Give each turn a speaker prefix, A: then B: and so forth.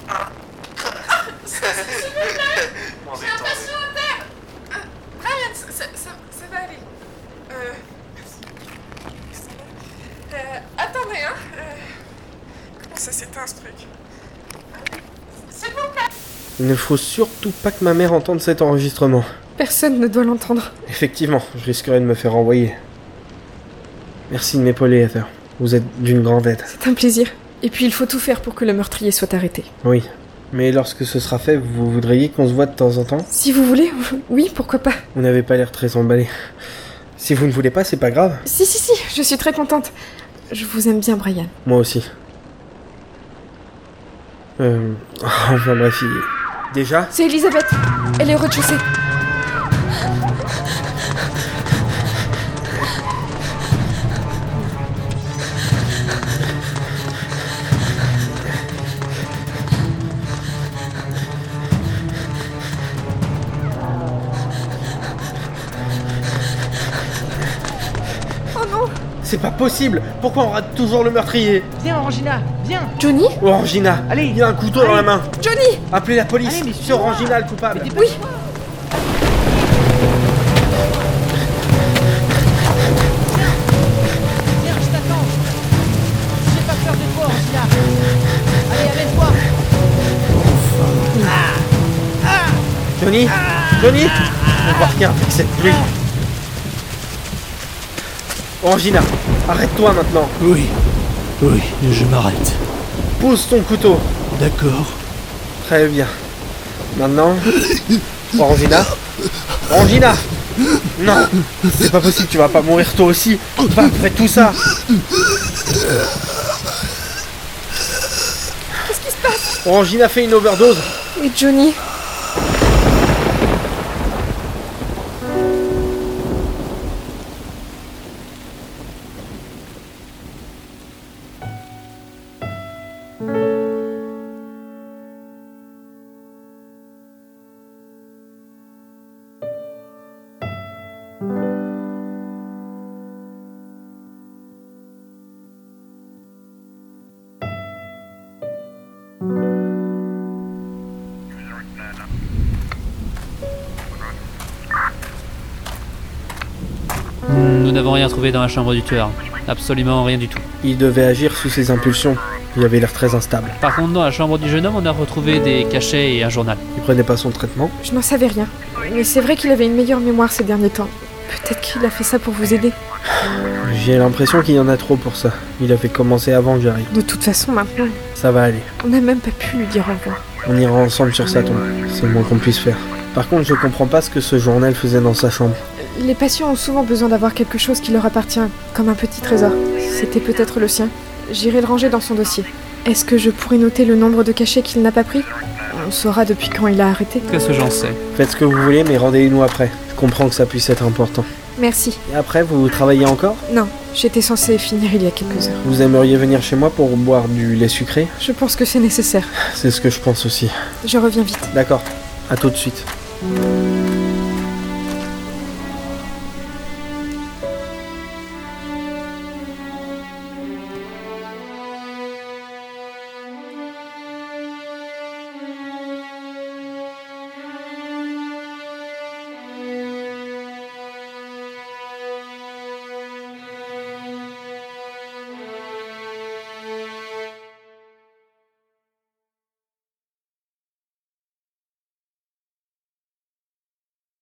A: euh, Euh, hein, putain ce truc. S'il vous plaît.
B: Il ne faut surtout pas que ma mère entende cet enregistrement.
C: Personne ne doit l'entendre.
B: Effectivement, je risquerais de me faire envoyer. Merci de m'épauler, Heather. Vous êtes d'une grande aide.
C: C'est un plaisir. Et puis il faut tout faire pour que le meurtrier soit arrêté.
B: Oui. Mais lorsque ce sera fait, vous voudriez qu'on se voit de temps en temps
C: Si vous voulez, oui, pourquoi pas.
B: Vous n'avez pas l'air très emballé. Si vous ne voulez pas, c'est pas grave.
C: Si, si, si, je suis très contente. Je vous aime bien, Brian.
B: Moi aussi. Euh... Enfin bref, il- Déjà
C: C'est Elisabeth. Elle est au rez-de-chaussée. Oh non
B: C'est pas possible Pourquoi on rate toujours le meurtrier
D: Viens, Orangina, viens
C: Johnny
B: Oh, Orangina
D: Allez.
B: Il a un couteau dans la main
C: Johnny
B: Appelez la police
D: Allez, mais
B: C'est
D: suis-moi.
B: Orangina le coupable
D: t'es pas-
C: Oui
D: Viens, je t'attends J'ai pas peur de toi, Orangina Allez, amène-toi
B: Johnny
D: Ah.
B: Johnny On part qu'un avec cette pluie Orangina, arrête-toi maintenant
E: Oui, oui, je m'arrête.
B: Pose ton couteau
E: D'accord.
B: Très bien. Maintenant. Orangina Orangina Non C'est pas possible, tu vas pas mourir toi aussi Pas après tout ça
C: Qu'est-ce qui se passe
B: Orangina fait une overdose
C: Mais Johnny
F: Nous n'avons rien trouvé dans la chambre du tueur. Absolument rien du tout.
B: Il devait agir sous ses impulsions. Il avait l'air très instable.
F: Par contre, dans la chambre du jeune homme, on a retrouvé des cachets et un journal.
B: Il prenait pas son traitement.
C: Je n'en savais rien. Mais c'est vrai qu'il avait une meilleure mémoire ces derniers temps. Peut-être qu'il a fait ça pour vous aider.
B: J'ai l'impression qu'il y en a trop pour ça. Il avait commencé avant que j'arrive.
C: De toute façon, maintenant,
B: Ça va aller.
C: on n'a même pas pu lui dire au revoir.
B: On ira ensemble sur sa tombe. C'est le moins qu'on puisse faire. Par contre, je comprends pas ce que ce journal faisait dans sa chambre.
C: Les patients ont souvent besoin d'avoir quelque chose qui leur appartient, comme un petit trésor. C'était peut-être le sien. J'irai le ranger dans son dossier. Est-ce que je pourrais noter le nombre de cachets qu'il n'a pas pris On saura depuis quand il a arrêté.
F: Qu'est-ce que j'en sais
B: Faites ce que vous voulez, mais rendez-nous après. Je comprends que ça puisse être important.
C: Merci.
B: Et après, vous travaillez encore
C: Non, j'étais censée finir il y a quelques heures.
B: Vous aimeriez venir chez moi pour boire du lait sucré
C: Je pense que c'est nécessaire.
B: C'est ce que je pense aussi.
C: Je reviens vite.
B: D'accord, à tout de suite.